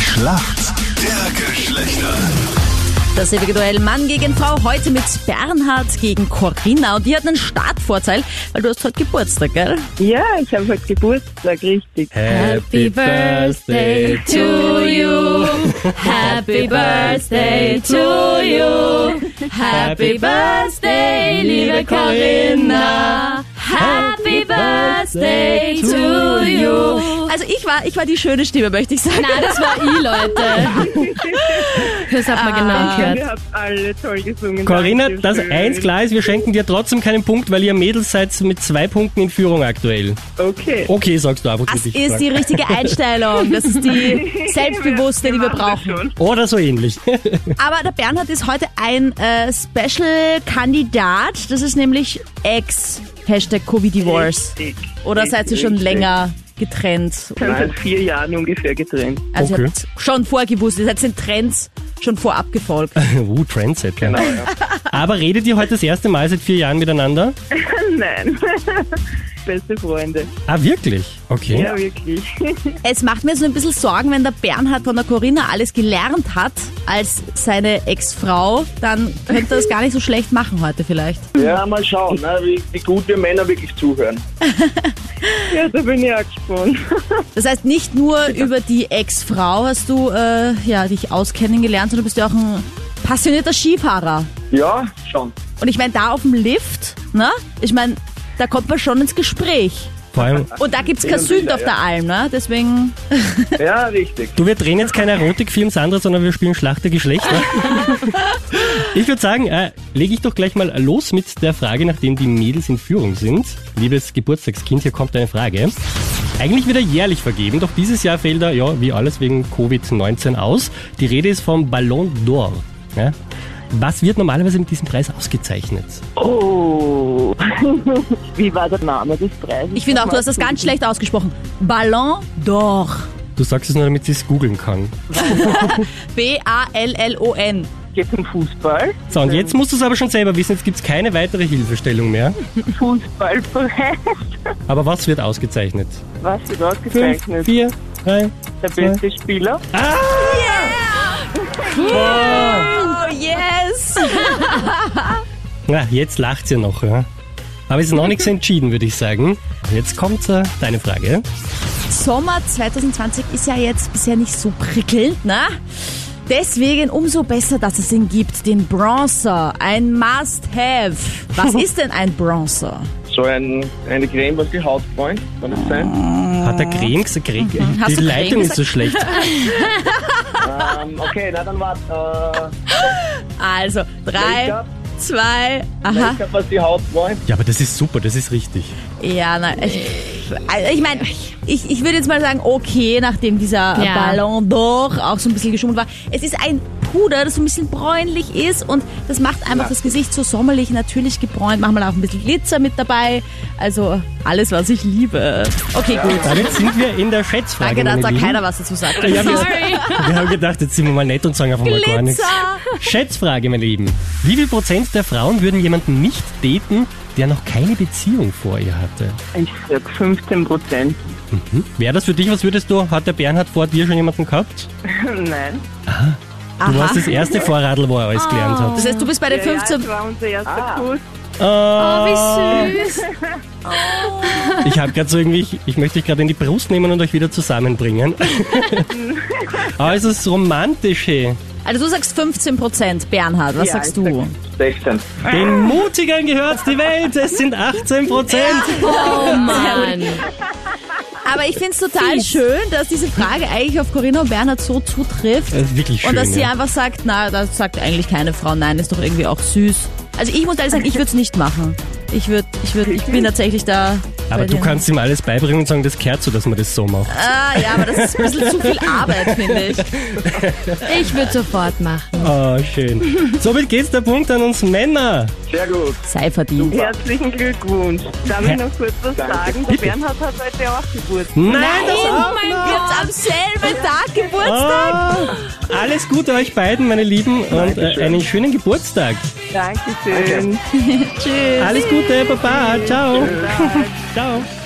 Schlacht der Geschlechter. Das ewige Duell Mann gegen Frau heute mit Bernhard gegen Corinna. Und die hat einen Startvorteil, weil du hast heute Geburtstag, gell? Ja, ich habe heute Geburtstag, richtig. Happy Birthday to you. Happy Birthday to you. Happy Birthday, liebe Corinna. Happy Birthday to you. Also ich war, ich war die schöne Stimme, möchte ich sagen. Nein, das war ich, Leute. Das hat man genau Und gehört. ihr habt alle toll gesungen. Corinna, Dankeschön. das eins klar ist, wir schenken dir trotzdem keinen Punkt, weil ihr Mädels seid mit zwei Punkten in Führung aktuell. Okay. Okay, sagst du einfach Das für dich. ist die richtige Einstellung. Das ist die selbstbewusste, die wir machen das brauchen. schon. Oder so ähnlich. Aber der Bernhard ist heute ein äh, Special-Kandidat. Das ist nämlich Ex. Hashtag Covidivores. Richtig. Oder seid ihr schon Richtig. länger getrennt? Wir haben seit vier Jahren ungefähr getrennt. Also ihr Okay. habt schon vorgewusst, ihr seid den Trends schon vorab gefolgt. uh, Trendsetter. Genau, ja. Aber redet ihr heute das erste Mal seit vier Jahren miteinander? Nein. Beste Freunde. Ah, wirklich? Okay. Ja, wirklich. Es macht mir so ein bisschen Sorgen, wenn der Bernhard von der Corinna alles gelernt hat als seine Ex-Frau, dann könnte er es gar nicht so schlecht machen heute vielleicht. Ja, mal schauen, ne, wie, wie gut wir Männer wirklich zuhören. Ja, da bin ich auch gespannt. Das heißt, nicht nur über die Ex-Frau hast du äh, ja, dich auskennen gelernt, sondern du bist ja auch ein passionierter Skifahrer. Ja, schon. Und ich meine, da auf dem Lift, ne? Ich meine, da kommt man schon ins Gespräch. Vor allem, Und da gibt's kein Ja, sicher, Sünd auf ja. der Alm, ne? Deswegen, Ja, richtig. du, wir drehen jetzt keine Erotikfilm, Sandra, sondern wir spielen Schlacht der Geschlechter. ich würde sagen, äh, lege ich doch gleich mal los mit der Frage, nachdem die Mädels in Führung sind. Liebes Geburtstagskind, hier kommt eine Frage. Eigentlich wieder jährlich vergeben, doch dieses Jahr fällt er, ja, wie alles wegen Covid-19 aus. Die Rede ist vom Ballon d'Or. Ja? Was wird normalerweise mit diesem Preis ausgezeichnet? Oh. Wie war der Name des Preises? ich finde auch, du hast das ganz schlecht ausgesprochen. Ballon d'Or. Du sagst es nur, damit sie es googeln kann. B-A-L-L-O-N. Geht um Fußball. So, und jetzt musst du es aber schon selber wissen, jetzt gibt es keine weitere Hilfestellung mehr. Fußballverein. Aber was wird ausgezeichnet? Was wird Fünf, ausgezeichnet? vier, drei. Ah! Der beste Spieler. Oh, yes! Na, jetzt lacht ihr noch, ja? Aber es ist noch nichts entschieden, würde ich sagen. Jetzt kommt äh, deine Frage. Sommer 2020 ist ja jetzt bisher nicht so prickelnd, ne? Deswegen umso besser, dass es ihn gibt, den Bronzer. Ein Must-Have. Was ist denn ein Bronzer? So ein, eine Creme, was die Haut freut, kann das sein? Hat der Creme gesagt? Creme? Hast Die du Creme Leitung ist so schlecht. Ah. ähm, okay, na dann warte. Also, Äh, drei, Make-up, zwei, aha. Make-up, was die Haut freut. Ja, aber das ist super, das ist richtig. Ja, na, ich, also ich meine, ich, ich würde jetzt mal sagen, okay, nachdem dieser Ja. Ballon d'Or auch so ein bisschen geschummelt war. Es ist ein Puder, das so ein bisschen bräunlich ist und das macht einfach das Gesicht so sommerlich, natürlich gebräunt. Machen wir auch ein bisschen Glitzer mit dabei. Also alles, was ich liebe. Okay, gut. Damit sind wir in der Danke, Schätzfrage. dass meine da Lieben. keiner was dazu sagt. Ja, wir, Sorry. wir haben gedacht, jetzt sind wir mal nett und sagen einfach mal gar nichts. Glitzer! Schätzfrage, meine Lieben. Wie viel Prozent der Frauen würden jemanden nicht daten, der noch keine Beziehung vor ihr hatte? Ich sag 15 Prozent. Wäre das für dich, was würdest du? Hat der Bernhard vor dir schon jemanden gehabt? Nein. Du warst das erste Vorradl, wo er alles gelernt hat. Das heißt, du bist bei den 15. Ja, das war unser erster Ah, Kuss. Äh, Oh, wie süß. Ich habe gerade so irgendwie, ich, ich möchte euch gerade in die Brust nehmen und euch wieder zusammenbringen. Aber es ist romantisch, hey. Also du sagst 15 Prozent, Bernhard. Was Ja, sagst ich du? 16. Ah. Den Mutigern gehört die Welt. Es sind 18 Prozent. Oh Mann. Aber ich finde es total schön, dass diese Frage eigentlich auf Corinna und Bernhard so zutrifft. Das ist Äh, wirklich schön. und dass sie ja. einfach sagt, na, das sagt eigentlich keine Frau, nein, ist doch irgendwie auch süß. Also ich muss ehrlich sagen, ich würde es nicht machen. Ich würde, ich würde, ich bin tatsächlich da. Aber bei du dir. kannst ihm alles beibringen und sagen, das kehrt so, dass man das so macht. Ah, ja, aber das ist ein bisschen zu viel Arbeit, finde ich. Ich würde sofort machen. Ah. Oh, schön. Somit geht's der Punkt an uns Männer. Sehr gut. Sei verdient. Herzlichen Glückwunsch. Darf ich noch kurz was sagen? Der Bernhard hat heute auch Geburtstag. Nein, das Oh auch mein noch. Gott, am selben Tag Geburtstag. Oh, alles Gute euch beiden, meine Lieben, und äh, einen schönen Geburtstag. Dankeschön. Alles Gute, Baba, ciao. Ciao.